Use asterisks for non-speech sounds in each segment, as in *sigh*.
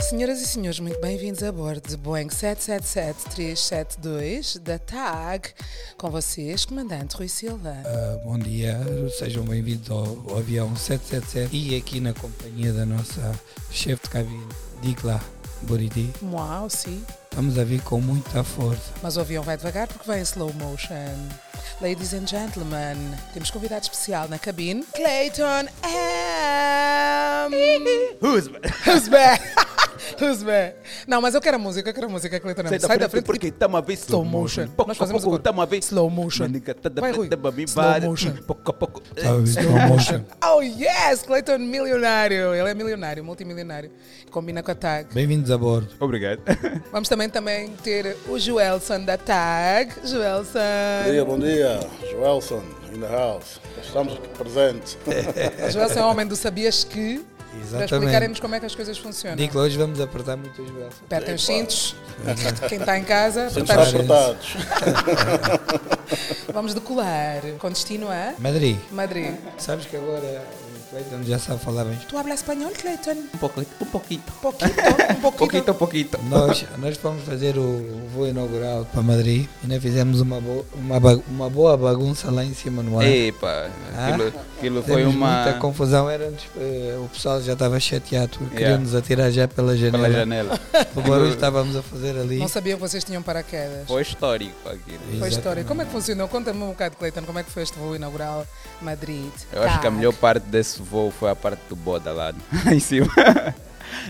Senhoras e senhores, muito bem-vindos a bordo de Boeing 777-372 da TAG. Com vocês, Comandante Rui Silva. Ah, bom dia, sejam bem-vindos ao, ao avião 777 e aqui na companhia da nossa chefe de cabine, Dikla Boridi. Uau, sim. Estamos a vir com muita força. Mas o avião vai devagar porque vai em slow motion. Ladies and gentlemen, temos convidado especial na cabine, Clayton M. Who's Who's back? *laughs* Who's back? Não, mas eu quero a música, eu quero a música, Clayton M. tá Sai da frente. porque estamos a ver Slow motion. Pouco Nós a fazemos pouco agora. estamos a ver Slow motion. Manica, tada, Vai, Rui. tada, bim, Slow bari. motion. Pouco *laughs* a pouco. Está a ver *laughs* slow motion. Oh yes, Clayton milionário. Ele é milionário, multimilionário. Combina com a tag. Bem-vindos a bordo. Obrigado. Vamos também, também ter o Joelson da tag. Bom Joelson. dia, bom dia. Joelson, in the house. Estamos aqui presentes. O Joelson é o homem do Sabias Que. Para Exatamente. explicarem-nos como é que as coisas funcionam. Dikla, hoje vamos apertar muito os braços. Apertem os cintos. Quem está em casa, Estamos tá apertar os Claro. apertados. cintos. vamos decolar. Com destino a Madrid, Madrid. sabes que agora o Clayton já sabe falar bem. Tu hablas espanhol, Clayton? Um pouquito, um pouquito. *laughs* Poquito, um pouquinho. Pouquito, pouquito. Nós, nós fomos fazer o voo inaugural para Madrid e nós fizemos uma, bo- uma, ba- uma boa bagunça lá em cima no ar. é? Epa, aquilo, Ah, aquilo foi Temos uma... muita confusão, era, eh, o pessoal já estava chateado, porque Yeah. queríamos atirar já pela janela. Pela *laughs* janela. *laughs* O barulho que estávamos a fazer ali. Não sabiam que vocês tinham paraquedas. Foi histórico aquilo. Foi Exatamente. história. Como é que funcionou? Conta-me um bocado, Cleiton, como é que foi este voo inaugural Madrid? Eu acho que é a Tá. melhor parte desse voo foi a parte do boda *laughs* lá em cima.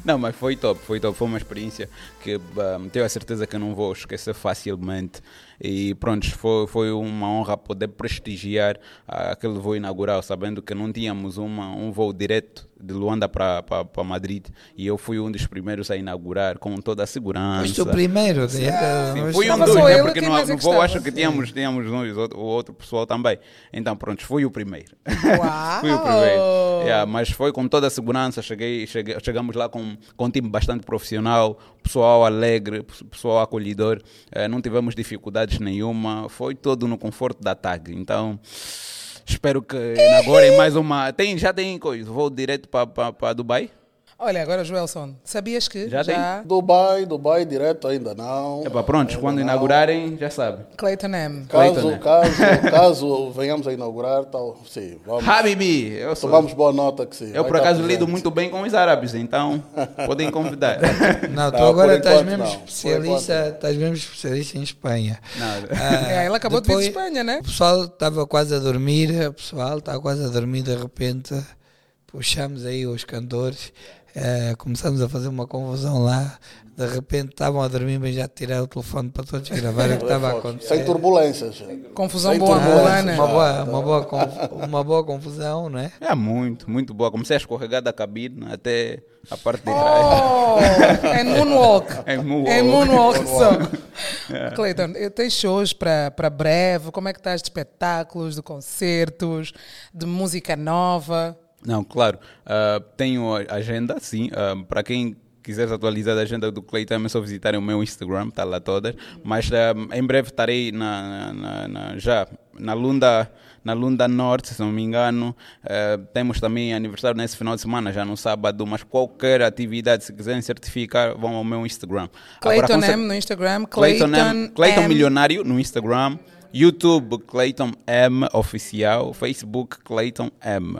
Não, mas foi top, foi top. Foi uma experiência que hum, tenho a certeza que não vou esquecer facilmente. E pronto, foi, foi uma honra poder prestigiar ah, aquele voo inaugural, sabendo que não tínhamos uma, um voo direto de Luanda para Madrid. E eu fui um dos primeiros a inaugurar com toda a Foste o segurança. primeiro. né? Era- Ah, é. Sim, nós fui um estávamos- Estava dos, só né? ele, Porque quem não, mais é não que vou, estava? acho que tínhamos, tínhamos nós, o outro pessoal também. Então, pronto, fui o primeiro. *laughs* Uau! fui o primeiro. Yeah, mas foi com toda a segurança, cheguei, cheguei- chegamos lá com, com um time bastante profissional, pessoal alegre, pe- pessoal acolhedor, eh, não tivemos dificuldades nenhuma, foi todo no conforto da TAG. Então. Espero que inaugurem mais uma. Tem, já tem coisa. Vou direto para Dubai. Olha, agora, Joelson, sabias que já, Já tem? Dubai, Dubai direto ainda não. Epá, É, pronto, Ainda quando não. inaugurarem, já sabe. Clayton M. Clayton, Caso, né? caso, caso venhamos a inaugurar, tal, sim, vamos. Habibi! Eu sou. Tomamos boa nota que sim. Eu, vai por estar acaso, lido presente. muito bem com os árabes, então *laughs* podem *laughs* convidar. Não, tu Tá, Não, agora por estás enquanto mesmo não. Por especialista, estás mesmo especialista em Espanha. Nada. Ah, É, ele acabou de vir de depois, Espanha, né? O pessoal estava quase a dormir, o pessoal estava quase a dormir de repente. Puxamos aí os cantores, eh, começamos a fazer uma confusão lá. De repente estavam a dormir, mas já tiraram o telefone para todos gravar *laughs* o que estava a acontecer. Sem turbulências. Confusão Sem É, boa né? Ah, angolana. uma, boa, uma, boa conf- uma boa confusão, não é? É muito, muito boa. Comecei a escorregar da cabine até a parte de trás. Oh, é moonwalk. É moonwalk. É. É moonwalk só. Clayton, eh, tens shows para breve? Como é que estás de espetáculos, de concertos, de música nova? Não, claro. Ah, tenho a agenda, sim. Ah, para quem quiser se atualizar da agenda do Clayton, é só visitarem o meu Instagram, está lá todas. Mas ah, em breve estarei na, na- na- já na Lunda, na Lunda Norte, se não me engano. Ah, temos também aniversário nesse final de semana, já no sábado. Mas qualquer atividade, se quiserem certificar, vão ao meu Instagram. Agora, Clayton com cer- M no Instagram. Clayton, Clayton, M, Clayton M. Milionário no Instagram, YouTube Clayton M Oficial, Facebook Clayton M.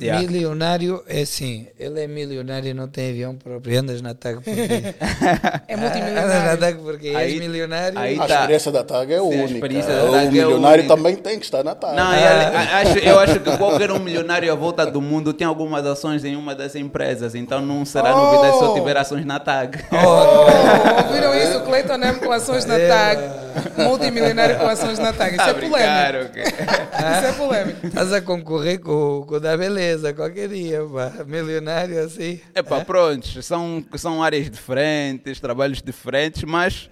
Yeah. Milionário é assim, ele é milionário e não tem avião próprio, andas na TAG *laughs* porque... É *laughs* Andas na multimilionário. TAG porque és Aí- milionário. aí- A Tá. experiência da TAG é única. experiência da TAG é o milionário única. também tem que estar na TAG. Não, e ali- a- acho- eu acho que qualquer um milionário à volta do mundo tem algumas ações em uma das empresas, então não será novidade se eu tiver ações na TAG. Oh, ouviram isso? Clayton M com ações na TAG. Multimilionário com ações na TAG. Isso Tá é a brincar, polêmico. ok. Isso é polêmico. Estás a concorrer com, o- com o da beleza qualquer dia, pá. Milionário assim. Epá, pronto, são, são áreas diferentes, trabalhos diferentes, mas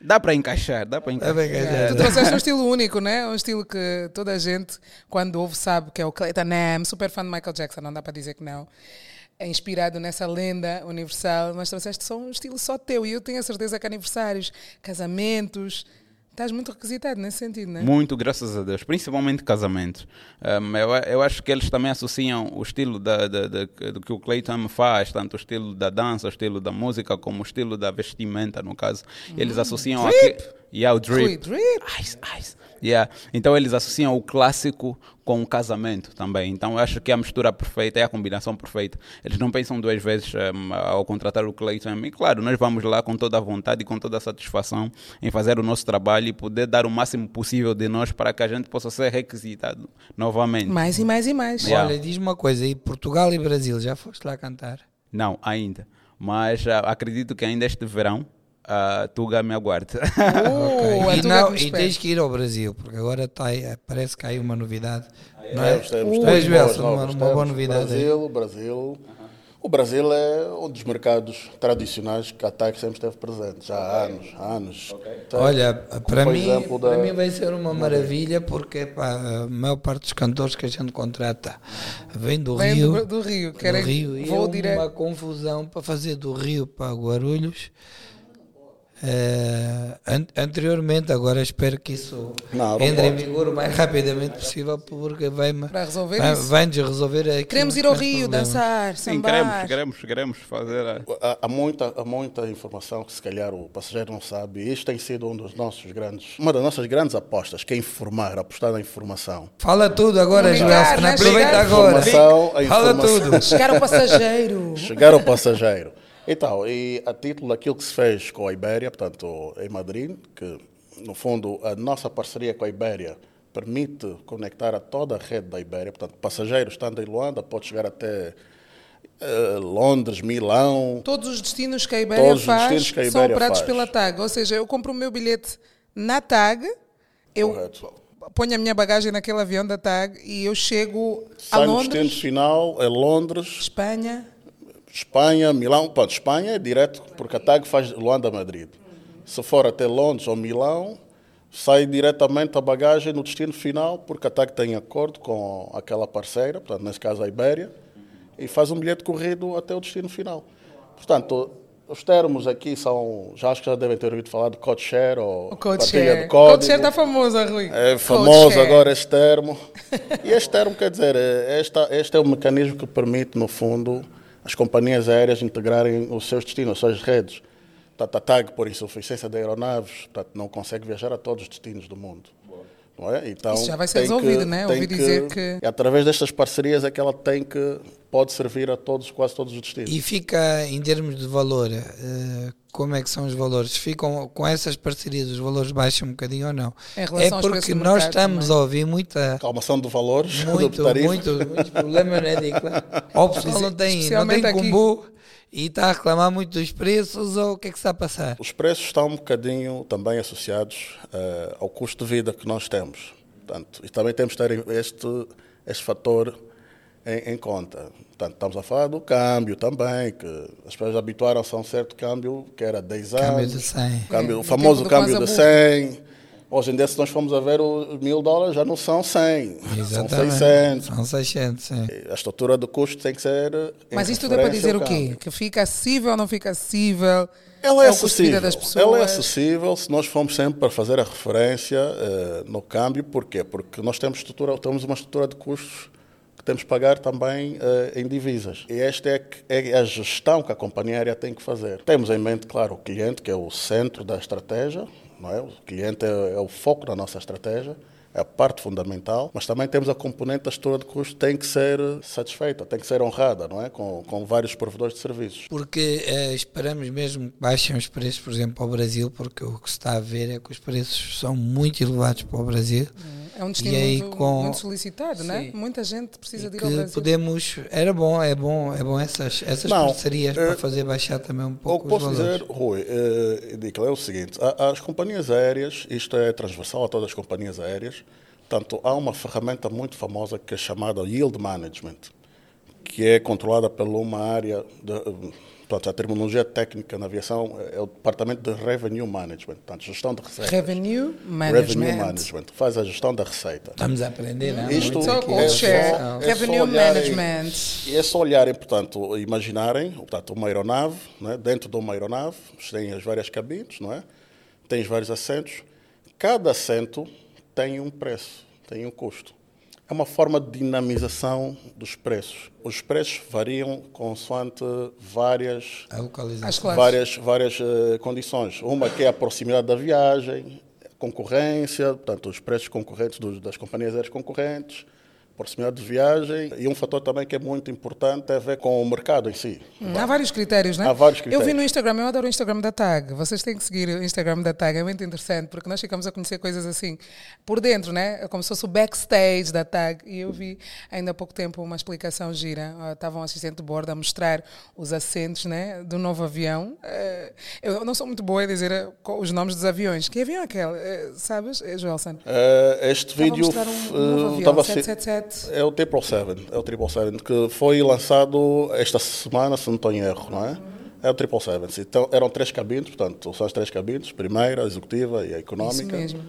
dá para encaixar, dá para Tá bem, encaixar. Tu gajo? trouxeste um estilo único, né? Um estilo que toda a gente, quando ouve, sabe que é o Clayton M, super fã de Michael Jackson, não dá para dizer que não. É inspirado nessa lenda universal, mas trouxeste só um estilo só teu. E eu tenho a certeza que aniversários, casamentos, Estás muito requisitado nesse sentido, não é? Muito, graças a Deus. Principalmente casamentos. Um, eu, eu acho que eles também associam o estilo da, da, da- do que o Clayton faz, tanto o estilo da dança, o estilo da música, como o estilo da vestimenta, no caso. Eles associam... Drip! Yeah, o Ui, drip. drip. Ice, ice. Yeah. Então eles associam o clássico com o casamento também. Então eu acho que é a mistura perfeita, é a combinação perfeita. Eles não pensam duas vezes ehm, ao contratar o Clayton. E claro, nós vamos lá com toda a vontade e com toda a satisfação em fazer o nosso trabalho e poder dar o máximo possível de nós para que a gente possa ser requisitado novamente. Mais e mais e mais. Yeah. Olha, diz uma coisa, e Portugal e Brasil, já foste lá cantar? Não, ainda. Mas ah, acredito que ainda este verão a Tuga me aguarde. Uh, é e, tudo não- é que me e espera. tens que ir ao Brasil, porque agora tá aí, parece que há aí uma novidade. Ah, não é? Temos, temos, Pois, temos boas Wilson, uma- novas, uma boa temos. novidade aí. Brasil, Brasil. O Brasil é um dos mercados tradicionais que a TAC sempre esteve presente, já há anos, há anos. Então, Olha, para por mim, exemplo, da- para mim vai ser uma maravilha porque pá, a maior parte dos cantores que a gente contrata vem do Vem Rio. do, do Rio. Querem, do Rio. E Vou é direto. uma confusão para fazer do Rio para Guarulhos. Eh, an- anteriormente, agora espero que isso Não, não entre em pode. vigor o mais rapidamente possível porque vai Para resolver vai, isso. vai-nos resolver aqui Queremos uns ir ao quantos Rio, problemas. dançar, Sim, sambar. *laughs* queremos, queremos, queremos fazer. a- Há, há muita, há muita informação que se calhar o passageiro não sabe e isto tem sido um dos nossos grandes, uma das nossas grandes apostas, que é informar, apostar na informação. Fala tudo agora, Joel. Comunicar, né? Aproveita Chegar. agora. Informação, a Fala informação. tudo. Chegar ao *laughs* passageiro. Uhum. Chegar ao passageiro. Então, e a título daquilo que se fez com a Ibéria, portanto, em Madrid, que no fundo a nossa parceria com a Ibéria permite conectar a toda a rede da Ibéria, portanto, passageiro estando em Luanda pode chegar até eh, Londres, Milão, Todos os destinos que a Ibéria Todos os faz destinos que a são Iberia operados faz. pela TAG. Ou seja, eu compro o meu bilhete na TAG, eu Correto. ponho a minha bagagem naquele avião da TAG e eu chego a sai no destino Londres, final, é Londres, Espanha. Espanha, Milão, pronto, Espanha é direto, porque a TAG faz Luanda, Madrid. Se for até Londres ou Milão, sai diretamente a bagagem no destino final, porque a TAG tem acordo com aquela parceira, portanto, nesse caso a Ibéria, e faz um bilhete corrido até o destino final. Portanto, os termos aqui são, já acho que já devem ter ouvido falar de code-share ou O partilha Codeshare. de O código. Codeshare está famoso, Rui. É famoso Codeshare. agora este termo. E este termo quer dizer, é, esta, este é o mecanismo que permite, no fundo, as companhias aéreas integrarem os seus destinos, as suas redes. Portanto, a TAG, por insuficiência de aeronaves, portanto, não consegue viajar a todos os destinos do mundo. Não é? então, Isso já vai ser tem que- resolvido, né? tem Ouvi dizer que- é Através destas parcerias é que ela tem que... Pode servir a todos, quase todos os destinos. E fica em termos de valor, eh, como é que são os valores? Ficam com essas parcerias, os valores baixam um bocadinho ou não? Em relação É aos preços porque do nós mercado estamos também. a ouvir muita. Calmação de valores, *laughs* de Muito, tarifa. muito, muito problema, não é, Dico? Ou o pessoal não tem, não tem Especialmente aqui. combo e está a reclamar muito dos preços, ou o que é que está a passar? Os preços estão um bocadinho também associados eh, ao custo de vida que nós temos. Portanto, e também temos que ter este, este fator em, em conta. Portanto, estamos a falar do câmbio também, que as pessoas habituaram-se a um certo câmbio que era 10 anos. Câmbio de 100. câmbio- É, o do famoso tempo do câmbio de Kwanza 100. Hoje em dia, se nós formos a ver, os mil dólares já não são 100, são 600. São 600, sim. A estrutura do custo tem que ser. em Mas isto tudo é para referência dizer ao o quê? câmbio. Que fica acessível ou não fica acessível? Ela é, É o custo de vida acessível. das pessoas. Ela é acessível se nós formos sempre para fazer a referência eh, no câmbio. Porquê? Porque nós temos, estrutura, temos uma estrutura de custos que temos que pagar também eh, em divisas. E esta é, que- é a gestão que a companhia aérea tem que fazer. Temos em mente, claro, o cliente, que é o centro da estratégia. Não é? O cliente é, é o foco da nossa estratégia. É a parte fundamental, mas também temos a componente da estrutura de custos que tem que ser eh, satisfeita, tem que ser honrada, não é? Com, com vários provedores de serviços. Porque eh, esperamos mesmo que baixem os preços, por exemplo, ao Brasil, porque o que se está a ver é que os preços são muito elevados para o Brasil. É um destino E aí muito, com- muito solicitado, né? Muita gente precisa de ir ao que Brasil. podemos era bom é bom é bom essas essas Não, parcerias eh, para fazer baixar também um O pouco que os posso valores dizer, Rui, eh, Dico, é o seguinte: a- as companhias aéreas, isto é transversal a todas as companhias aéreas, portanto, há uma ferramenta muito famosa que é chamada Yield Management, que é controlada por uma área, de, eh, portanto, a terminologia técnica na aviação é o Departamento de Revenue Management, portanto, gestão de receita. Revenue Revenue Management. Management, que faz a gestão da receita. estamos a aprender não Isto Muito Só aqui, com o é share. só- é Revenue olharem- management. É só olharem, portanto, imaginarem, portanto, uma aeronave, né? dentro de uma aeronave, tem as várias cabines, não é? Tem os vários assentos. Cada assento tem um preço, tem um custo. É uma forma de dinamização dos preços. Os preços variam consoante várias, A localização. As classes. várias, várias eh, condições. Uma que é a proximidade da viagem, concorrência, portanto, os preços concorrentes dos- das companhias aéreas concorrentes, proximidade de viagem. E um fator também que é muito importante tem a ver com o mercado em si. Hum, Há vários critérios, né? Há vários Eu vi critérios. no Instagram, eu adoro o Instagram da Tag. Vocês têm que seguir o Instagram da Tag, é muito interessante, porque nós ficamos a conhecer coisas assim por dentro, né? Como se fosse o backstage da Tag. E eu vi ainda há pouco tempo uma explicação gira. Ah, Estava um assistente de bordo a mostrar os assentos, né? Do novo avião. Eh, Eu não sou muito boa a dizer eh, co- os nomes dos aviões. Que avião é aquele? Eh, Sabes, eh, Joelson? Eh, este Estava a vídeo mostrar um f- novo eh, avião, estava a ser- 777. É o Triple Seven, é o Triple Seven que foi lançado esta semana, se não estou em erro, não é? É o Triple Seven. Então eram três cabines, portanto são as três cabines, primeira, a executiva e a económica. Isso mesmo.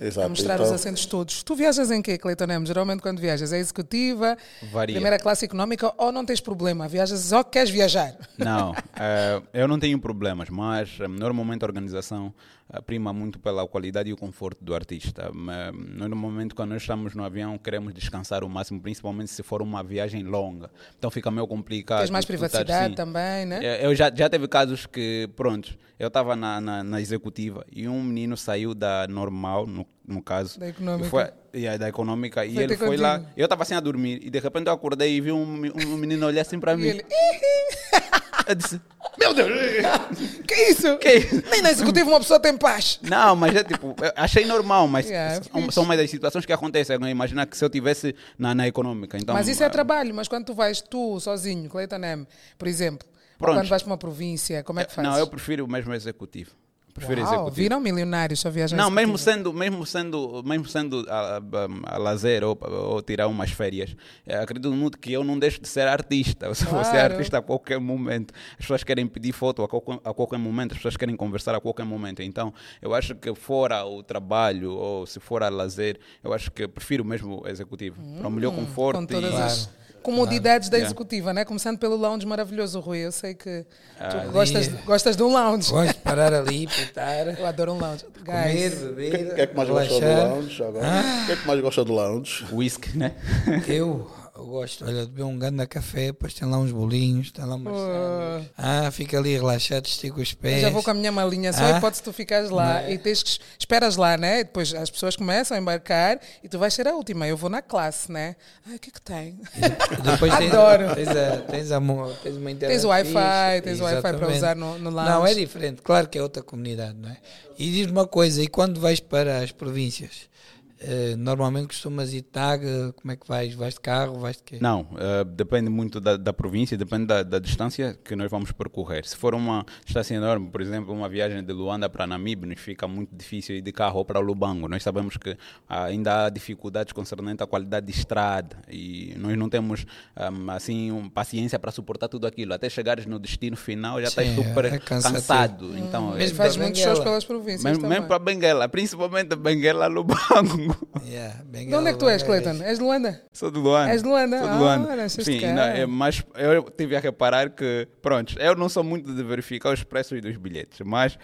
Exato. A mostrar os então, assentos todos. Tu viajas em quê, Cleiton Nemo? Geralmente quando viajas? É executiva, Varia. primeira classe económica ou não tens problema? Viajas só que queres viajar. Não, eh, eu não tenho problemas, mas eh, normalmente a organização eh, prima muito pela qualidade e o conforto do artista. Ma- Normalmente, quando nós estamos no avião, queremos descansar o máximo, principalmente se for uma viagem longa. Então fica meio complicado. Tens mais tu- tu estás, privacidade sim. também, né? Eh, Eu já, já teve casos que, pronto, eu estava na, na, na executiva e um menino saiu da normal, no, no caso. Da e econômica. foi- e aí da econômica. e Foi ele ter foi lá. contigo. Eu estava assim a dormir e de repente eu acordei e vi um, me- um menino olhar assim para mim. ele, Eu disse, Que isso? Que isso? Nem na executiva uma pessoa tem paz. Não, mas é tipo, eu achei normal, mas Yeah, é são, fixe. são mais das situações que acontecem. Agora, Imagina que se eu tivesse na, na econômica. Então, mas isso é ah, trabalho, mas quando tu vais tu sozinho, Cleiton Nemo, por exemplo, ou Pronto. quando vais para uma província, como é que fazes? Não, eu prefiro mesmo executivo. Prefiro Uau, executivo. Viram milionários só viajam Não, mesmo executiva. sendo, mesmo sendo, mesmo sendo a, a- a lazer ou, ou tirar umas férias, eh, acredito muito que eu não deixo de ser artista. *laughs* Eu só vou ser Claro. artista a qualquer momento. As pessoas querem pedir foto a qualquer, a qualquer momento, as pessoas querem conversar a qualquer momento. Então, eu acho que fora o trabalho ou se for a lazer, eu acho que prefiro mesmo executivo. para o melhor conforto. Hum, Com e- todas as comodidades da Yeah. executiva, né? Começando pelo lounge maravilhoso, Rui. Eu sei que tu Ali- gostas, gostas de um lounge. Gosto de parar ali, pitar, Eu adoro um lounge. comer, Guys, O que, beber, que é que mais gosta do relaxar. lounge agora? Ah. O que é que mais gosta do lounge? Whisky, né? *laughs* Eu, eu gosto, olha, de beber um grande café, depois tem lá uns bolinhos, tem lá umas sandes. Ah, fica ali relaxado, estica os eu pés. já vou com a minha malinha. Só Ah. a hipótese tu ficares lá e tens que, esperas lá, né? E depois as pessoas começam a embarcar e tu vais ser a última. Eu vou na classe, né? Ai, o que que tem? Depois tens, Adoro. Tens, a, tens, a, mo- tens uma internet. Tens o Wi-Fi, fixe, tens o Wi-Fi para exatamente. usar no- no lounge. Não, é diferente, claro que é outra comunidade, não é? E diz-me uma coisa, e quando vais para as províncias, eh, normalmente costumas ir de tag, eh, como é que vais? Vais de carro, vais de quê? Não, eh, depende muito da, da província, depende da, da distância que nós vamos percorrer. Se for uma distância enorme, por exemplo, uma viagem de Luanda para Namibe, nos fica muito difícil ir de carro ou para Lubango. Nós sabemos que ah, ainda há dificuldades concernente à qualidade de estrada e nós não temos ahm, assim um, paciência para suportar tudo aquilo. Até chegares no destino final já estás Sim, super é cansativo. assim, cansado. Então, Mas eh, faz para muitos shows Benguela. pelas províncias mesmo, também. mesmo para Benguela, principalmente Benguela Lubango. Yeah, bem De onde é que tu és, galera, Cleiton? És de Luanda? Sou de Luanda. És de Luanda? Sou de Ah, Luanda. nasceste Sim, cá. não, é, mas eu tive a reparar que, pronto, eu não sou muito de verificar os preços dos bilhetes, mas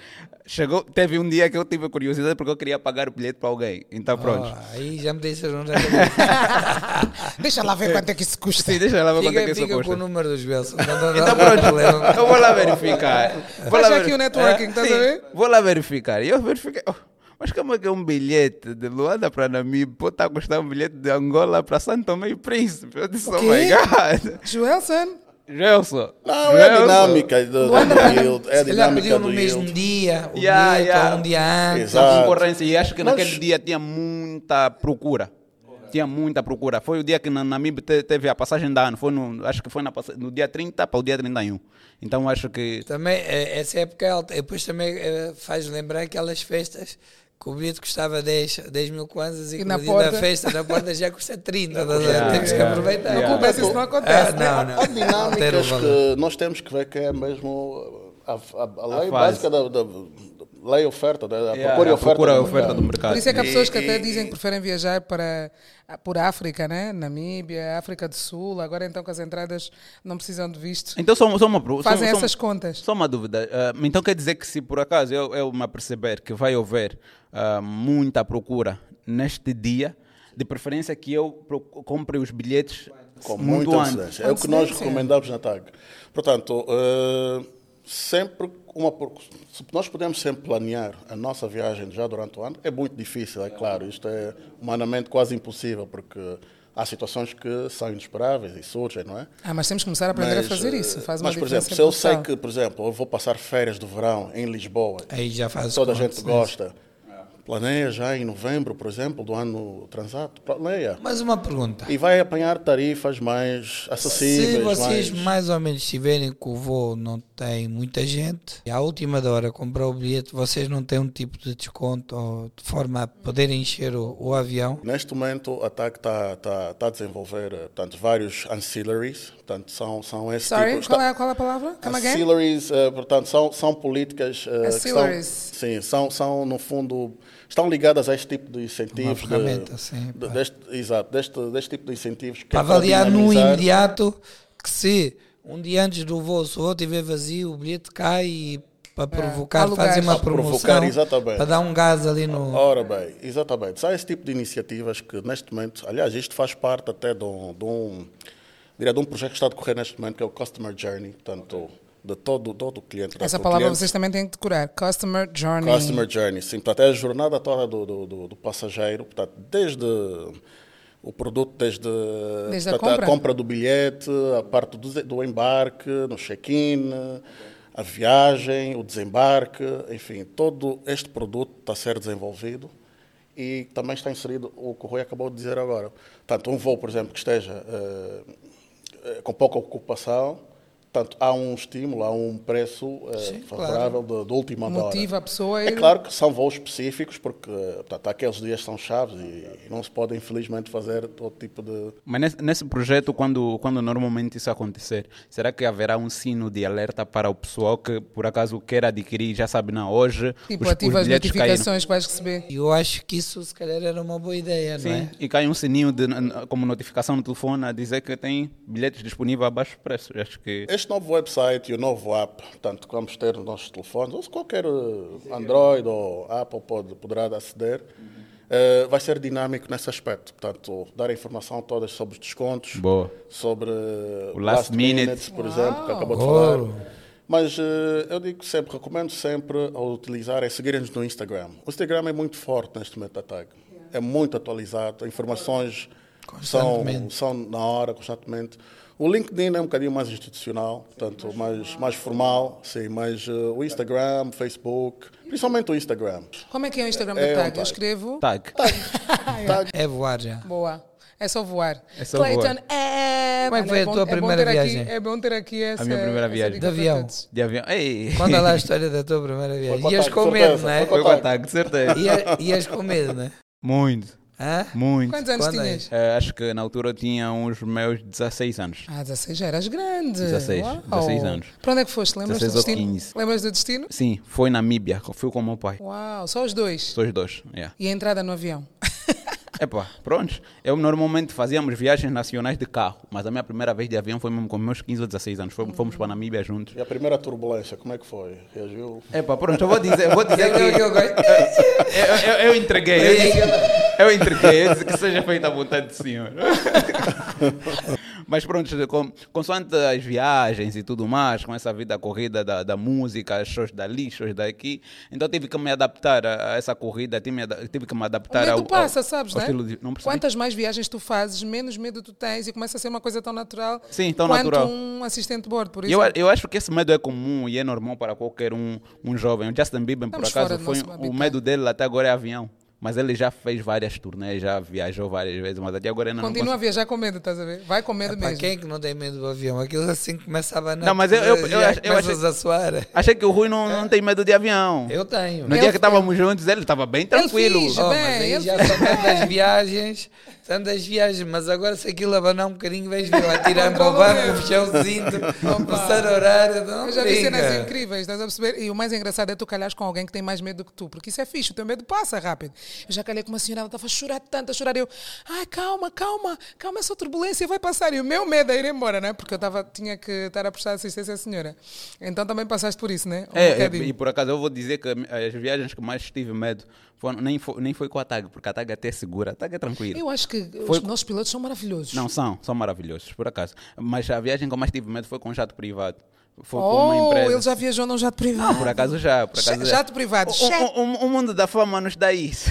chegou, teve um dia que eu tive a curiosidade porque eu queria pagar o bilhete para alguém. Então, pronto. Ah. Oh, aí já me deixas um Fica, Deixa lá ver quanto é que isso custa. Sim, deixa lá ver quanto é que isso fica com o custa. número dos Belson. Não, não, *laughs* Então, pronto, eu vou lá verificar. Vou Faz lá aqui ver- É, o networking, estás a Sim, ver? Vou lá verificar. E eu verifiquei. oh, mas como é que é um bilhete de Luanda para Namibe pode estar a custar um bilhete de Angola para Santo Tomé e Príncipe? Eu disse, oh my God. *laughs* *laughs* Joelson? Gelson. Não, é a Gelson. dinâmica do, do Luanda, yield. É a se calhar dinâmica pediu do no mesmo yield. dia, o Yeah, dia, yeah. ou um dia antes. Exato. da concorrência. E acho que Nós- naquele dia tinha muita procura. Tinha muita procura. Foi o dia que na Namíbia te- teve a passagem da ano. Foi no, acho que foi na passa- no dia 30 para o dia 31. Então acho que. Também, eh, essa época é alta. E Depois também eh, faz lembrar aquelas festas que o bilhete custava 10, 10 mil kwanzas e, E que na no dia porta- da festa na porta já custa 30. custa. Temos que Yeah. aproveitar. Não acontece, isso não acontece. Ah, né? não, não. Há Altera o dinâmicas valor. que nós temos que ver que é mesmo a, a- a fase. lei básica da, da- da- lei e oferta, né? a Yeah, procura e a oferta. procura e do oferta mercado. do mercado. Por isso é que há E- pessoas que até e- dizem que preferem viajar para, por África, né? Namíbia, África do Sul. Agora então que as entradas não precisam de visto. Então só, só uma pro- só- Fazem só- essas contas. Só uma dúvida. Ah, então quer dizer que se por acaso eu, eu me aperceber que vai haver ah, muita procura neste dia, de preferência que eu pro- compre os bilhetes com muito muita antes. antecedência. É o que nós Antecedência. recomendamos na TAG. Portanto, eh, sempre uma por- se nós podemos sempre planear a nossa viagem já durante o ano, é muito difícil, é claro. Isto é humanamente quase impossível, porque há situações que são inesperáveis e surgem, não é? Ah, mas temos que começar a aprender Mas, a fazer eh, isso. Faz uma mas, por diferença exemplo, se eu sei brutal. que, por exemplo, eu vou passar férias de verão em Lisboa, É, Aí já faz toda a contas, gente né? gosta, planeia já em novembro, por exemplo, do ano transato, planeia. Mas uma pergunta. E vai apanhar tarifas mais Se acessíveis. vocês mais... mais ou menos tiverem que o voo não tem muita gente, e à última da hora comprar o bilhete, vocês não têm um tipo de desconto ou de forma a poderem encher o, o avião? Neste momento, a TAC está tá, tá a desenvolver eh, portanto, vários ancillaries. Portanto, são, são esse Sorry, tipo. qual é, qual é a palavra? Come again? Ancillaries, eh, portanto, são, são políticas eh, que estão- Ancillaries. sim, são, são, no fundo, estão ligadas a este tipo de incentivos. de- ferramenta, sim, de- pá. deste, exato, deste, deste tipo de incentivos. Que Para é avaliar no dinamizar- imediato que se um dia antes do voo, se o voo estiver vazio, o bilhete cai e para há provocar, lugares. fazer uma Para provocar, promoção, exatamente. para dar um gás ali no... Ora bem, exatamente. São esse tipo de iniciativas que, neste momento, aliás, isto faz parte até de um, de um, diria, de um projeto que está a decorrer neste momento, que é o Customer Journey, portanto, de todo, todo o cliente. Essa portanto, o palavra cliente- vocês também têm que decorar. Customer Journey. Customer Journey, sim. Portanto, é a jornada toda do, do, do- do passageiro, portanto, desde o produto, desde, Desde a portanto, compra. do bilhete, a parte do, do embarque, no check-in, a viagem, o desembarque, enfim, todo este produto está a ser desenvolvido e também está inserido o que o Rui acabou de dizer agora. Portanto, um voo, por exemplo, que esteja eh, eh, com pouca ocupação, portanto, há um estímulo, há um preço eh, claro. favorável de, de última hora. Motiva a pessoa a É ir- claro que são voos específicos, porque eh, portanto, aqueles dias são chaves e, e não se pode, infelizmente, fazer todo tipo de. Mas nesse, nesse projeto, quando, quando normalmente isso acontecer, será que haverá um sino de alerta para o pessoal que por acaso quer adquirir e já sabe, não, hoje Tipo, os, ativa os as bilhetes caíram. notificações que vais receber. E eu acho que isso, se calhar, era uma boa ideia, não é? Sim, e cai um sininho de, como notificação no telefone a dizer que tem bilhetes disponíveis a baixo preço. Acho que Este novo website e o novo app, portanto, que vamos ter nos nossos telefones, ou se qualquer eh, Android ou Apple pode, poderá aceder, eh, vai ser dinâmico nesse aspecto. Portanto, dar a informação todas sobre os descontos, Boa. sobre eh, O last minute. minutes, por exemplo, que acabou de Ouro. falar. Mas eh, eu digo sempre, recomendo sempre a utilizar é seguirem-nos no Instagram. O Instagram é muito forte neste momento da tag. É muito atualizado, informações são, Constantemente. são na hora, constantemente. O LinkedIn é um bocadinho mais institucional, portanto, mais, mais formal, sim, mas eh, o Instagram, Facebook, principalmente o Instagram. Como é que é o Instagram da É um TAG? Eu tag. escrevo. tag. Tag, É voar já. Boa. É só voar. É só Clayton, voar. é. Como é que foi Olha, a tua bom- bom primeira ter aqui- viagem? é bom ter aqui essa. minha primeira essa viagem. dica De para avião. todos. De avião. Ei! Conta lá a história da tua primeira viagem. com a Ias tag, com medo, certeza, não é? *laughs* foi Foi com a Tag. tag, de certeza. Ia- Ias com medo, não é? Muito, Hã? muito. Quantos anos Quando é tinhas? Eh, acho que na altura eu tinha uns meus 16 anos. Ah, 16 já eras grande. 16, Uau. 16 anos. Para onde é que foste? Lembras 16 do ou destino? 15. Lembras do destino? Sim, foi Namíbia, fui com o meu pai. Uau, só os dois. Só os dois. Yeah. E a entrada no avião. Epá, pronto. Eu normalmente fazíamos viagens nacionais de carro, mas a minha primeira vez de avião foi mesmo com meus 15 ou 16 anos. Fomos, fomos para Namíbia juntos. e a primeira turbulência, como é que foi? Reagiu? Epá, pronto, eu vou dizer, eu vou dizer é que Aquilo que eu gosto. eu, eu, eu entreguei. Eu, disse- eu entreguei, eu disse que seja feita a vontade do senhor. Mas pronto, com, consoante as viagens e tudo mais, com essa vida corrida da, da música, shows dali, shows daqui, então tive que me adaptar a, a essa corrida, tive, me ada- tive que me O adaptar medo ao, ao, passa, sabes, ao né? estilo de... Não percebi? Quantas mais viagens tu fazes, menos medo tu tens e começa a ser uma coisa tão natural Sim, tão quanto natural. um assistente de bordo, por E isso. Eu, eu acho que esse medo é comum e é normal para qualquer um, um jovem. O Justin Bieber, por Estamos acaso, fora do foi um, nosso o habitat. medo dele até agora é avião. Mas ele já fez várias turnês, já viajou várias vezes, mas até agora ainda não Continua a conseguiu. viajar com medo, estás a ver? Vai com medo Para mesmo. quem é que não tem medo do avião? Aquilo assim começa a banar. Não, mas eu- eu- eu acho- eu começas achei- a suar. Achei que o Rui É. não, não tem medo de avião. Eu tenho. No Ele- dia que estávamos juntos, ele estava bem tranquilo. finge. Oh, bem, mas aí *laughs* eu- já são tantas viagens Tanto as viagens, mas agora se aquilo abanar um bocadinho, vais ver *laughs* lá tirar para o banco, fechar o um cinto, começar a orar. Não Eu já vi cenas brinca. incríveis, estás a perceber? E o mais engraçado é tu calhares com alguém que tem mais medo que tu, porque isso é fixe, o teu medo passa rápido. Eu já calhei com uma senhora, ela estava a chorar tanto, a chorar, eu, ai, calma, calma, calma, essa turbulência vai passar. E o meu medo é ir embora, né? Porque eu tava, tinha que estar a prestar assistência à senhora. Então também passaste por isso, né? Um É, bocadinho. e por acaso eu vou dizer que as viagens que mais tive medo foram- nem, foi, nem foi com a TAG, porque a TAG até é segura, a TAG é tranquila. Eu acho que os Foi- nossos pilotos são maravilhosos. Não, são, são maravilhosos, por acaso. Mas a viagem que eu mais tive medo foi com um jato privado. Foi com uma oh, empresa. ele já viajou num jato privado. Ah, Por acaso já, por acaso Che- já. jato privado, chefe. O, o- o- o mundo da fama nos dá isso.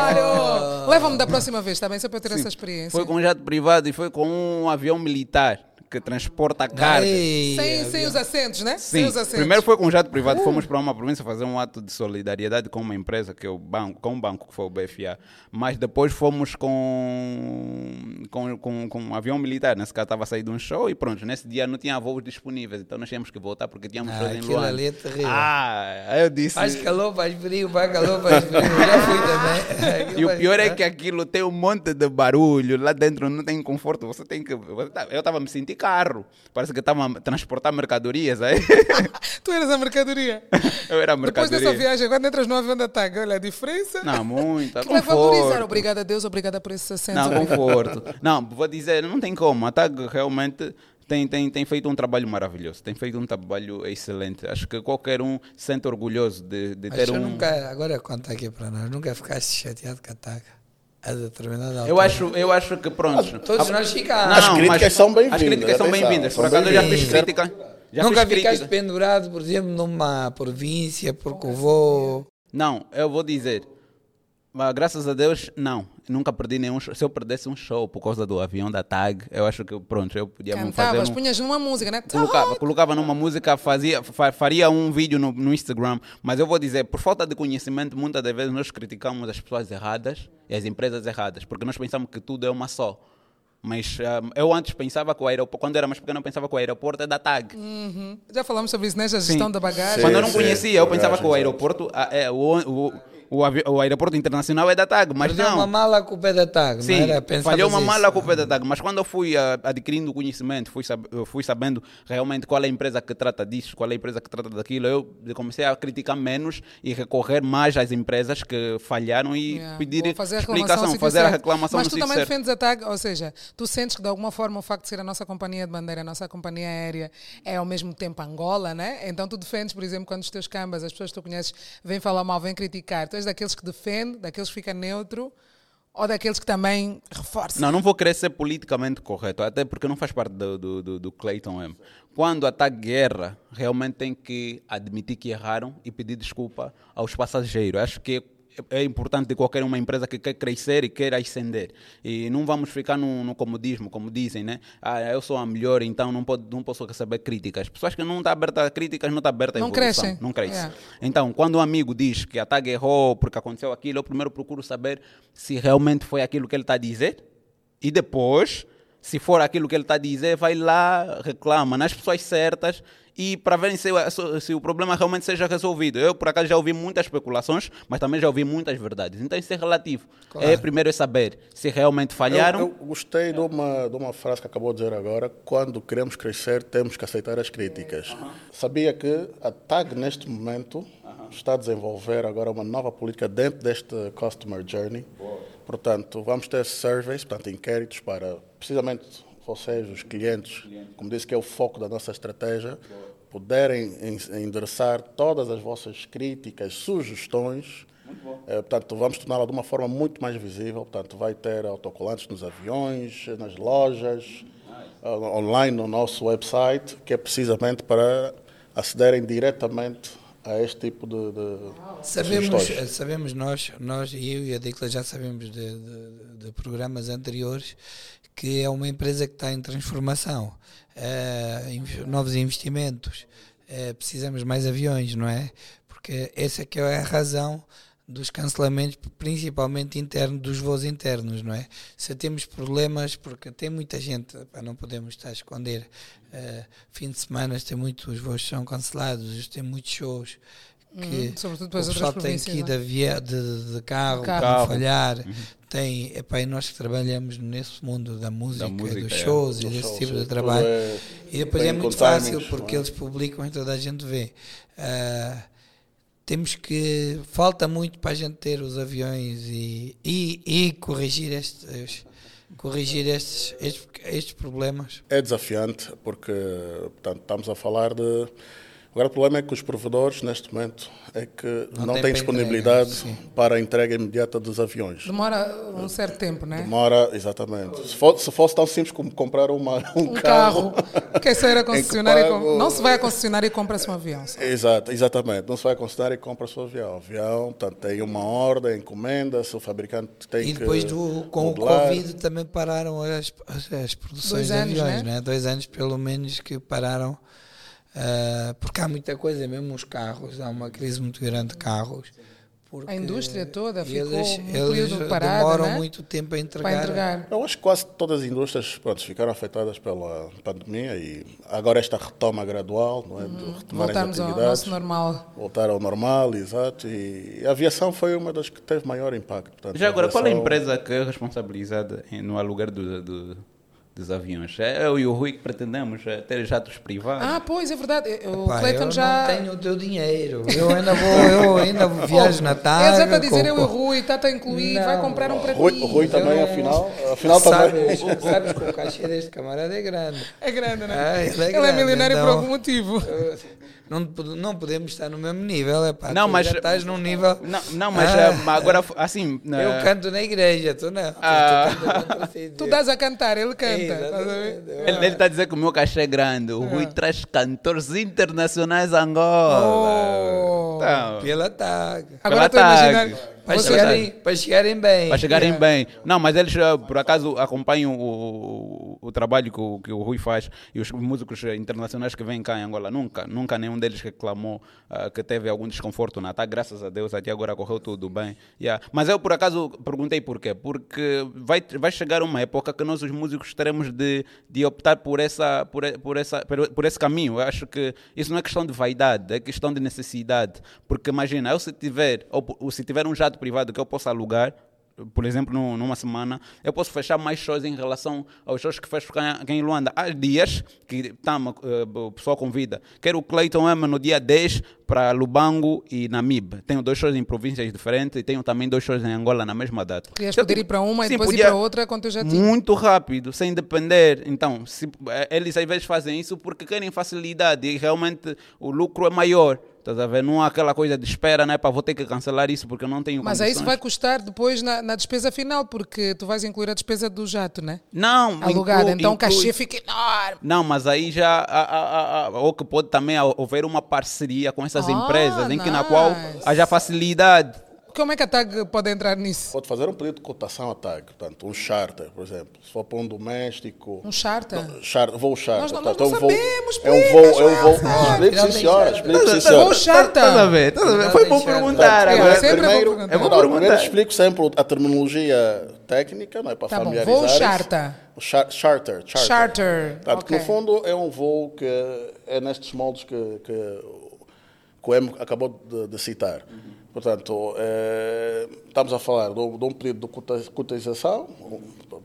Claro! Leva-me da próxima vez, está bem? Só para eu ter essa experiência. Ah. foi com um jato privado e foi com um avião militar que transporta carga. Ai, Sem, avião. sem os assentos, né? Sem Sim, os assentos. primeiro foi com um jato Uh. privado, fomos para uma província fazer um ato de solidariedade com uma empresa, que é o banco, com um banco que foi o BFA, mas depois fomos com, com, com, com um avião militar, nesse caso estava a sair de um show e pronto, nesse dia não tinha voos disponíveis, então nós tínhamos que voltar porque tínhamos Ah, shows em aquilo Luanda. ali é terrível. Ah, aí eu disse... Faz calor, faz frio, faz calor, faz frio. Já fui também. *laughs* E Aquilo o faz- pior é que aquilo tem um monte de barulho, lá dentro não tem conforto, você tem que... Eu estava me sentindo carro, parece que estava a transportar mercadorias aí. *laughs* Tu eras a mercadoria. Eu era *laughs* a Depois mercadoria. dessa viagem, quando entras no avião da TAG, olha a diferença. Não, muito. que vai valorizar. conforto. Obrigada a Deus, obrigada por esses assentos. então. Não, obrigada. conforto. Não, vou dizer, não tem como. A TAG realmente tem, tem, tem feito um trabalho maravilhoso. Tem feito um trabalho excelente. Acho que qualquer um se sente orgulhoso de, de Mas ter tu um. é nunca, agora conta aqui para nós, nunca ficaste chateado com a TAG a determinada altura. Eu acho, eu acho que pronto. Ah, Todos A- nós Não, ficámos. As críticas mas são bem-vindas, As críticas são atenção, bem-vindas. são Por acaso eu já fiz bem-vindas. crítica. Já Nunca fiz ficaste crítica. pendurado, por exemplo, numa província, porque o voo. Não, eu vou dizer. Mas, graças a Deus, não. Nunca perdi nenhum show. Se eu perdesse um show por causa do avião da TAG, eu acho que pronto, eu podia fazer Cantavas, um... punhas numa música, né? colocava, colocava numa música, fazia, fa- faria um vídeo no, no Instagram, mas eu vou dizer, por falta de conhecimento, muitas das vezes nós criticamos as pessoas erradas e as empresas erradas, porque nós pensamos que tudo é uma só. Mas ah, eu antes pensava que o aeroporto, quando era mais pequeno, eu pensava que o aeroporto é da TAG. Já falamos sobre isso, né? Já gestão da bagagem. Quando eu não Sim, conhecia, sim, eu pensava que o bagagem, aeroporto, ah, é, o, o, o, avi- o aeroporto internacional é da TAG, mas Perdeu não. uma mala com o pé da TAG, Sim, não era? Pensavas falhou uma isso. mala com o pé da TAG, mas quando eu fui ah, adquirindo conhecimento, fui, sab- eu fui sabendo realmente qual é a empresa que trata disso, qual é a empresa que trata daquilo, eu comecei a criticar menos e recorrer mais às empresas que falharam e Yeah, pedir vou fazer a reclamação no explicação, sítio fazer a certo. reclamação Mas no tu sítio também certo. defendes a TAG, ou seja, tu sentes que de alguma forma o facto de ser a nossa companhia de bandeira, a nossa companhia aérea, é ao mesmo tempo Angola, né? Então tu defendes, por exemplo, quando os teus cambas, as pessoas que tu conheces, vêm falar mal, vêm criticar. Tu és daqueles que defende, daqueles que fica neutro ou daqueles que também reforça? Não, não vou querer ser politicamente correto, até porque não faz parte do, do, do, do Clayton M. Quando ataca guerra, realmente tem que admitir que erraram e pedir desculpa aos passageiros. Acho que é é importante de qualquer uma empresa que quer crescer e quer ascender. E não vamos ficar no, no comodismo, como dizem, né? Ah, eu sou a melhor, então não, pode, não posso receber críticas. Pessoas que não estão abertas a críticas não estão abertas a Não evolução. crescem. É. Não crescem. Yeah. Então, quando um amigo diz que a tag errou porque aconteceu aquilo, eu primeiro procuro saber se realmente foi aquilo que ele está a dizer e depois, se for aquilo que ele está a dizer, vai lá, reclama nas pessoas certas e para verem se, o- se o problema realmente seja resolvido. Eu, por acaso, já ouvi muitas especulações, mas também já ouvi muitas verdades. Então, isso é relativo. É primeiro é saber se realmente falharam. Eu, eu gostei de uma, de uma frase que acabou de dizer agora. Quando queremos crescer, temos que aceitar as críticas. Sabia que a TAG, neste momento, está a desenvolver agora uma nova política dentro deste Customer Journey. Portanto, vamos ter surveys, portanto, inquéritos para precisamente vocês, os clientes, como disse que é o foco da nossa estratégia, poderem en- endereçar todas as vossas críticas, sugestões. Eh, portanto, vamos torná-la de uma forma muito mais visível. Portanto, vai ter autocolantes nos aviões, nas lojas, ah, online no nosso website, que é precisamente para acederem diretamente a este tipo de, de Sabemos, sugestões. sabemos nós, nós, eu e a Dicla já sabemos de, de- de programas anteriores que é uma empresa que está em transformação, eh, inv- novos investimentos, eh, precisamos mais aviões, não é? Porque essa que é a razão dos cancelamentos, principalmente interno, dos voos internos, não é? Se temos problemas, porque tem muita gente, pá, não podemos estar a esconder, eh, fim de semana tem muitos os voos que são cancelados, tem muitos shows que Uhum, sobretudo para as o outras pessoal tem que ir províncias, é? de, avia- de, de carro, Carro. para não Uhum. Carro. falhar, tem, epá, e nós que trabalhamos nesse mundo da música, música, dos é. shows e Dos desse shows, tipo é. de Tudo trabalho. é- e depois tem é muito timings, fácil porque não é? eles publicam e toda a gente vê. Ah, temos que. Falta muito para a gente ter os aviões e, e, e corrigir estes. Corrigir estes, estes, estes problemas. É desafiante, porque portanto, estamos a falar de. Agora, o problema é que os provedores, neste momento, é que Não não, tem têm para disponibilidade entrega, para a entrega imediata dos aviões. Demora um certo tempo, né? Demora, exatamente. Se fosse, se fosse tão simples como comprar uma- *laughs* um, Um carro. Quer sair a que concessionária. e pago- com- Não se vai a concessionária e compra-se um avião. *laughs* Exato, exatamente. Não se vai concessionar e compra o seu avião. O avião, portanto, tem uma ordem, encomenda, se o fabricante tem E que depois do, com modelar. o Covid também pararam as, as, as produções Dois de anos, aviões, né? né? dois anos pelo menos que pararam, ah, porque há muita coisa, mesmo os carros, há uma crise muito grande de carros. porque A indústria toda ficou eles, um eles período parada, demoram né? muito tempo a Para entregar. entregar. Eu acho que quase todas as indústrias pronto, ficaram afetadas pela pandemia e agora esta retoma gradual, não é? De retomar as Voltarmos ao atividades. nosso normal. Voltar ao normal, exato. E a aviação foi uma das que teve maior impacto. Portanto, Já agora, qual é a aviação- empresa que é responsabilizada em- no aluguer do- do- dos aviões? É eu e o Rui que pretendemos é, ter jatos privados. Ah, pois, é verdade. Eu- O Pá, Clayton eu já. Oh, não tenho o teu dinheiro. Eu ainda vou, *laughs* eu ainda viajo na tarde. Ele já está a é dizer, com- eu e o Rui, está a incluir, Não. vai comprar um para Rui- ti. Rui tá- Também, Eu afinal- afinal também- sabes, sabes que o cachê deste camarada é grande. É grande, não Ah, é? ele é Ele é grande, milionário por então. algum motivo. *laughs* Não, pod- não podemos estar no mesmo nível, é pá. Não, tu mas- já estás num nível. Não, não, mas Ah, ah, mas agora, assim... na- Eu canto na igreja, tu não. Tu- Ah. Tu, cantas *laughs* noutra sítio. Tu dás a cantar, ele É, canta. estás a ver? exatamente. Ele está a dizer que o meu cachê é grande. O Rui traz cantores internacionais a Tá, Oh. Angola. Então, Pela tag. Agora estou Pela a tag. imaginar. Para Você- chegarem, para chegarem bem. Ah, É. Para chegarem bem. Não, mas eles, eh, por acaso, acompanham o, o, o trabalho que o, que o Rui faz e os músicos eh, internacionais que vêm cá em Angola. Nunca, nunca nenhum deles reclamou ah, que teve algum desconforto na tá? Graças a Deus, até agora correu tudo bem. Yeah. Mas eu, por acaso, perguntei por quê. Porque vai, vai chegar uma época que nós, os músicos, teremos de, de optar por, essa, por, e- por, essa, por, por esse caminho. Eu acho que isso não é questão de vaidade, é questão de necessidade. Porque imagina, eu se tiver, ou, ou se tiver um jato privado que eu possa alugar, por exemplo, num- numa semana, eu posso fechar mais shows em relação aos shows que fecho cá em- cá em Luanda. Há dias que tamo, eh, o pessoal convida. Quero o Clayton Emma no dia 10 para Lubango e Namib. Tenho dois shows em províncias diferentes e tenho também dois shows em Angola na mesma data. Podias Eu poder digo, ir para uma e sim, depois ir podia- para outra quando eu já tinha. muito rápido, sem depender. Então, se- eh, eles às vezes fazem isso porque querem facilidade e realmente o lucro é maior. Estás a ver? Não há aquela coisa de espera, né? Para vou ter que cancelar isso porque eu não tenho Mas aí condições. isso vai custar depois na, na despesa final, porque tu vais incluir a despesa do jato, né? Não, Alugada. inclui- Então o inclui- cachê fica enorme. Não, mas aí já há- há- há- há- ou que pode também houver uma parceria com essas Ah, empresas em que na nice. qual haja facilidade. Como é que a TAG pode entrar nisso? Pode fazer um pedido de cotação à TAG, portanto, um charter, por exemplo. Se for para um doméstico. Um charter? Char- voo charter. Nós não- portanto, nós é não um voo, sabemos, É um voo. explica, É um voo. Joel. Explique, sim, senhora. Explique, sim, Vou senhora. charter. Estás tá, a ver? Estás a ver? Foi bom perguntar. tá É, Agora, sempre vou primeiro, perguntar. Eu vou Não, perguntar. primeiro explico sempre a terminologia técnica, não é para Tá bom, voo familiarizar. charter. Charter, charter. Charter, Portanto, que ok. no fundo é um voo que é nestes moldes que, que, o- que o Emo acabou de, de citar. Uhum. Portanto, eh, estamos a falar de um, de um pedido de cota- cotização um,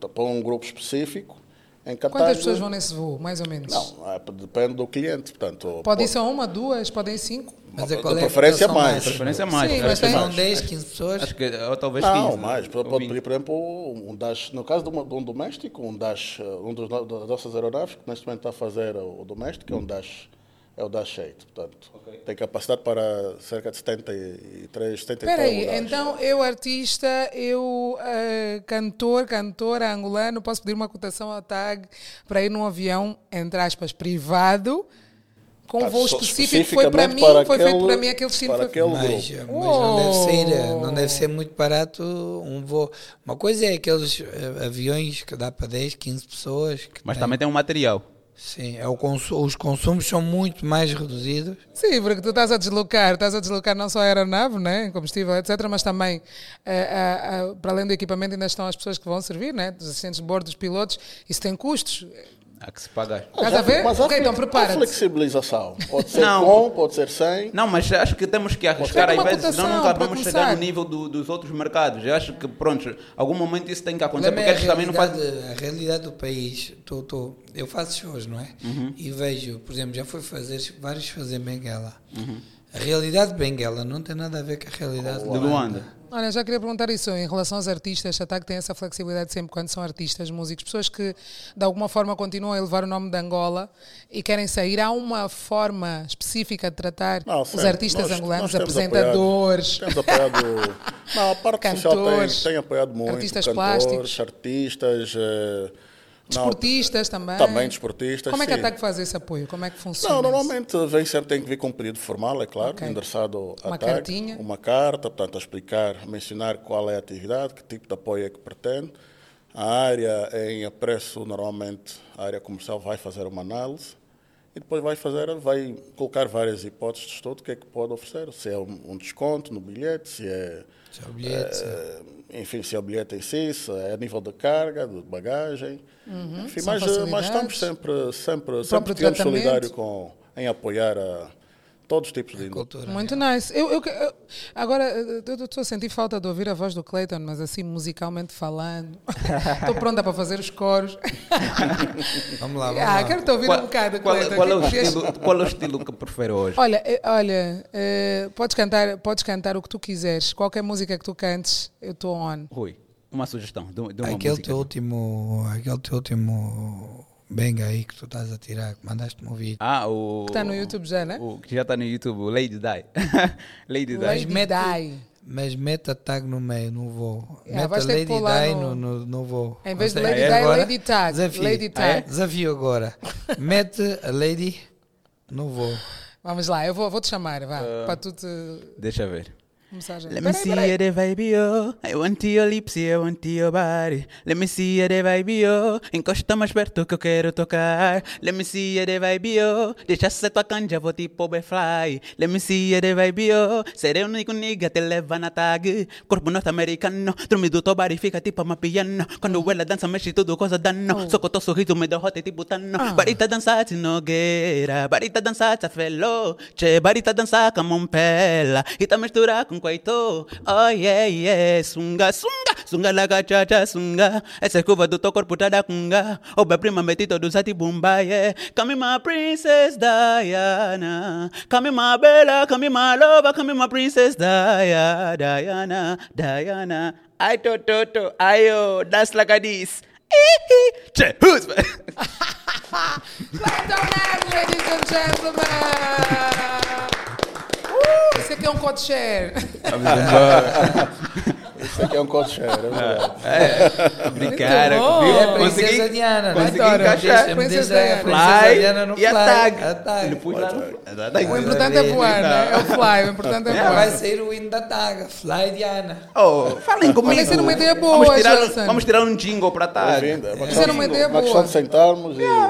para um grupo específico. Em que a Quantas TAG- pessoas vão nesse voo, mais ou menos? Não, ah, depende do cliente. Portanto, Pode ir só uma, duas, podem cinco? Mas é De qual é a preferência, votação mais. máxima? Preferência mais. Sim, preferência mas tem- São mais. 10, 15 pessoas. é Acho que ou talvez 15. Não, mais. ou Pode, pode 20. pedir, por exemplo, um dash, no caso de, uma- de um doméstico, um dash, eh, um dos, no- das nossas aeronaves, que neste momento está a fazer o, o doméstico, é um dash, é o dash 8, portanto. Tem capacidade para cerca de 73, 74 Espera aí, lugares. então eu artista, eu eh, cantor, cantora angolano, posso pedir uma cotação à TAG para ir num avião, entre aspas, privado, com um Tá, voo só- específico que foi para especificamente mim, para foi feito aquele- para mim, aquele destino para foi é um aquele- Mas, grupo. mas não, Oh. Uou! deve ser, eh, não deve ser muito barato um voo. Uma coisa é aqueles eh, aviões que dá para 10, 15 pessoas. que Mas tem- também tem um material. Sim, é o consu- os consumos são muito mais reduzidos. Sim, porque tu estás a deslocar, estás a deslocar não só a aeronave, né, combustível, etc., mas também, eh, ah, ah, para além do equipamento, ainda estão as pessoas que vão servir, né, dos assistentes de bordo, dos pilotos, isso tem custos. Há que se pagar. Estás a ver? Mas Ok, então prepara-te. Há flexibilização. Pode ser Não. com, pode ser sem. Não, mas acho que temos que arriscar Tem às uma vezes, senão cotação nunca para vamos começar. chegar no nível do- dos outros mercados. Eu acho que, pronto, algum momento isso tem que acontecer, é Também porque a eles também não fazem. é realidade- A realidade do país, tô, tô- eu faço shows, não é? Uhum. E vejo, por exemplo, já fui fazer vários shows em Benguela. Uhum. A realidade de Benguela não tem nada a ver com a realidade De Luanda. Olha, já queria perguntar isso em relação aos artistas. A TAG tem essa flexibilidade sempre quando são artistas, músicos, pessoas que de alguma forma continuam a elevar o nome de Angola e querem sair. Há uma forma específica de tratar Não, os sempre. artistas Nós- nós angolanos, temos apresentadores. Apoiado, temos *laughs* apoiado. Não, a parte social tem, Cantores, tem apoiado muito. artistas cantores, plásticos. artistas. eh, não, Desportistas também. Também desportistas, Como é que sim. a TAG faz esse apoio? Como é que funciona? Não, isso? normalmente vem sempre tem que vir com um período formal, é claro, Ok. endereçado à Uma TAG, cartinha. uma carta, portanto, a explicar, mencionar qual é a atividade, que tipo de apoio é que pretende. A área em apreço, normalmente, a área comercial vai fazer uma análise e depois vai fazer, vai colocar várias hipóteses de estudo, o que é que pode oferecer, se é um um desconto no bilhete, se é Já o bilhete, sim. eh, enfim, se é o bilhete em si, se é a nível de carga, de bagagem. Enfim, Uhum. são mas, eh, mas estamos facilidades. sempre, sempre, sempre próprio tivemos tratamento. solidário com, em apoiar a todos os tipos de Eh, cultura. Muito nice. Eu, eu que- eu- agora, eh, eu estou a sentir falta de ouvir a voz do Clayton, mas assim, musicalmente falando. *laughs* Estou pronta para fazer os coros. Vamos lá, vamos ah, lá. quero-te ouvir um bocado, Tá qual, Clayton. qual é O o que é que queres- *laughs* estilo, qual é o estilo que prefere hoje? Olha, eh, olha eh, podes, cantar, podes cantar o que tu quiseres. Qualquer música que tu cantes, eu estou on. Rui, uma sugestão de, um- de uma Aquele música. teu último, aquele teu último benga aí que tu estás a tirar, que mandaste-me ouvir. Ah, o. Que está no YouTube já, né? O que já está no YouTube, o Lady Di. *laughs* Lady Lady Di. Di. Mas meta tag no meio, não vou. É, meta vais ter que Lady pôr lá Di, no- no... no- não vou. Em vez de Consegue? Lady É Di, agora? Lady Tag. Desafio. Ah, é? Lady Tag. *laughs* Desafio agora. Mete a Lady, não vou. Vamos lá, eu vou, vou te chamar, vá, para tu te Deixa ver. começar já. Ah. Let me see you the vibe, oh. I want your lips, I want your body. Let me see you the vibe, oh. Encosta mais perto que eu quero tocar. Let me see you the vibe, oh. Deixa ser tua canja, vou tipo fly. Let me see you the vibe, oh. Serei o único nigga, te leva na tag. Corpo norte-americano, dormido teu body fica tipo uma piano. Quando ela dança, mexe tudo, coisa dano. Só que o teu sorriso me dá hot tipo tano. Barita dançar, te nogueira. Barita dançar, te felô. Che, barita dançar, camompela. E tá mistura com coito. Oh yeah, yeah. Sunga, sunga. Sunga laga cha cha sunga. Essa curva do teu corpo tá da kunga. Oh, minha prima metito do sati bumba, yeah. Come my princess Diana. Come my bella, come my lover, come my princess Diana. Diana, Diana. I to to to, ayo, dance like this. Che, who's Clayton Nab, ladies and gentlemen! Uh, isso aqui é um code share. Isso aqui é um coach share, é verdade. Ah, Brincaram, Muito bom. viu? É, Oh, Consegui- Princesa Diana, é? consegui né? Adoro. encaixar. Princesa Princesa Diana. é Princesa Diana no Fly e a tag. A tag. Ele pôs lá no- O importante é voar, né? É o fly, o importante é Vai voar. sair o hino da tag, Fly Diana. Oh, falem comigo. isso era uma ideia boa, vamos tirar, Jonathan. um, vamos tirar um jingle para tag. Bem-vinda. É uma Isso era uma questão- ideia Uma questão boa. de sentarmos e Juntar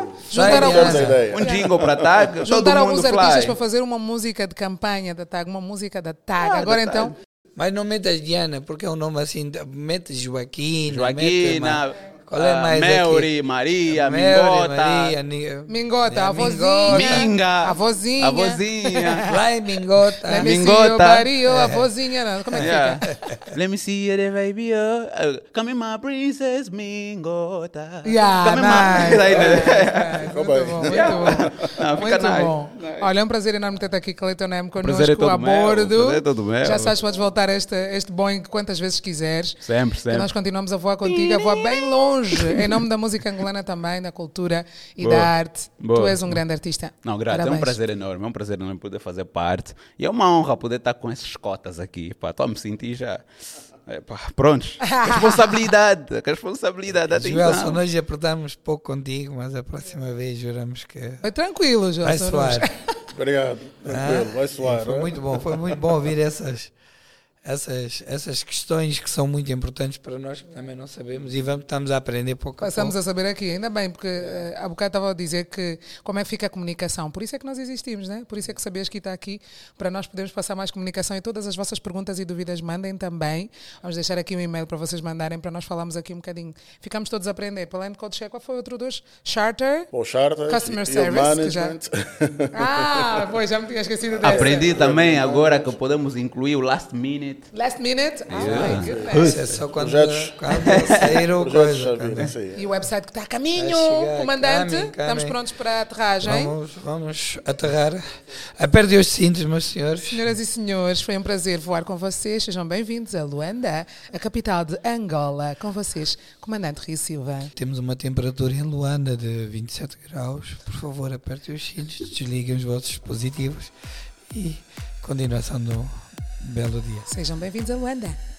Vai, alguns, termos a Diana. ideia. Um jingle para tag. todo juntar alguns mundo artistas para fly. fazer uma música de campanha da TAG, uma música da TAG. Ah, Agora da então, Mas não metas Diana, porque é um nome assim. de- Mete Joaquina. mete Joaquina, ma- Qual é ah, mais? aqui? Mary, Maria, Mary, Mingota. Maria, Ni- Mingota, É, a Mingota. vozinha. Minga. Avozinha. *laughs* Né, Avozinha. Fly Mingota. Let me see Mingota. your body, oh, a vozinha. não, Como é que Yeah. fica? Let me see you, there, baby. Oh, Uh, come in my princess, Mingota. Yeah, come in *laughs* nice. my... Muito *laughs* bem. bom, muito Yeah. bom. Não, fica muito nice. bom. Olha, é um prazer enorme ter-te aqui, Cleiton M, Prazer é connosco todo a meu, bordo. prazer é todo meu. Já sabes, podes voltar a este, este Boeing quantas vezes quiseres. Sempre, E sempre. nós continuamos a voar contigo, a voar bem longe, em nome da música angolana também, da cultura e Boa. da arte. Tu Boa. és um grande artista. Não, grato, é um Parabéns. prazer enorme, é um prazer enorme poder fazer parte. E é uma honra poder estar com esses cotas aqui, pá, estou a me sentir já... é, pá, prontos, responsabilidade, responsabilidade, Joel, só atenção. nós apertamos pouco contigo, mas a próxima vez juramos que Foi tranquilo, João. vai Soares. soar. Ah, Obrigado. Tranquilo, vai soar. Foi né? muito bom, foi muito bom ouvir essas, essas, essas questões que são muito importantes para nós, que também não sabemos e vamos, estamos a aprender pouco Passamos a a saber aqui, ainda bem, porque eh, há bocado estava a dizer que como é que fica a comunicação. Por isso é que nós existimos, né? Por isso é que sabias que está aqui, para nós podermos passar mais comunicação. E todas as vossas perguntas e dúvidas mandem também. Vamos deixar aqui um e-mail para vocês mandarem, para nós falarmos aqui um bocadinho. Ficamos todos a aprender. Para além de Code Share, qual foi o outro dos? Charter? Bom, charter, Customer e- e service, que já- management. *laughs* Ah, pois, já me tinha esquecido dessa. Aprendi também agora que podemos incluir o last minute. Last minute? Oh my pouco. goodness. Isso é só quando, Projetos. quando sair ou *laughs* Projetos já coisa. viram, né? quando- isso aí. E o website que está a caminho, Vai chegar, comandante. caminho, caminho. Estamos prontos para a aterragem. Vamos, vamos aterrar. Aperte os cintos, meus senhores. Senhoras e senhores, foi um prazer voar com vocês. Sejam bem-vindos a Luanda, a capital de Angola. Com vocês, Comandante Rio Silva. Temos uma temperatura em Luanda de 27 graus. Por favor, aperte os cintos, desliguem os vossos dispositivos e continuação do belo dia. Sejam bem-vindos a Luanda.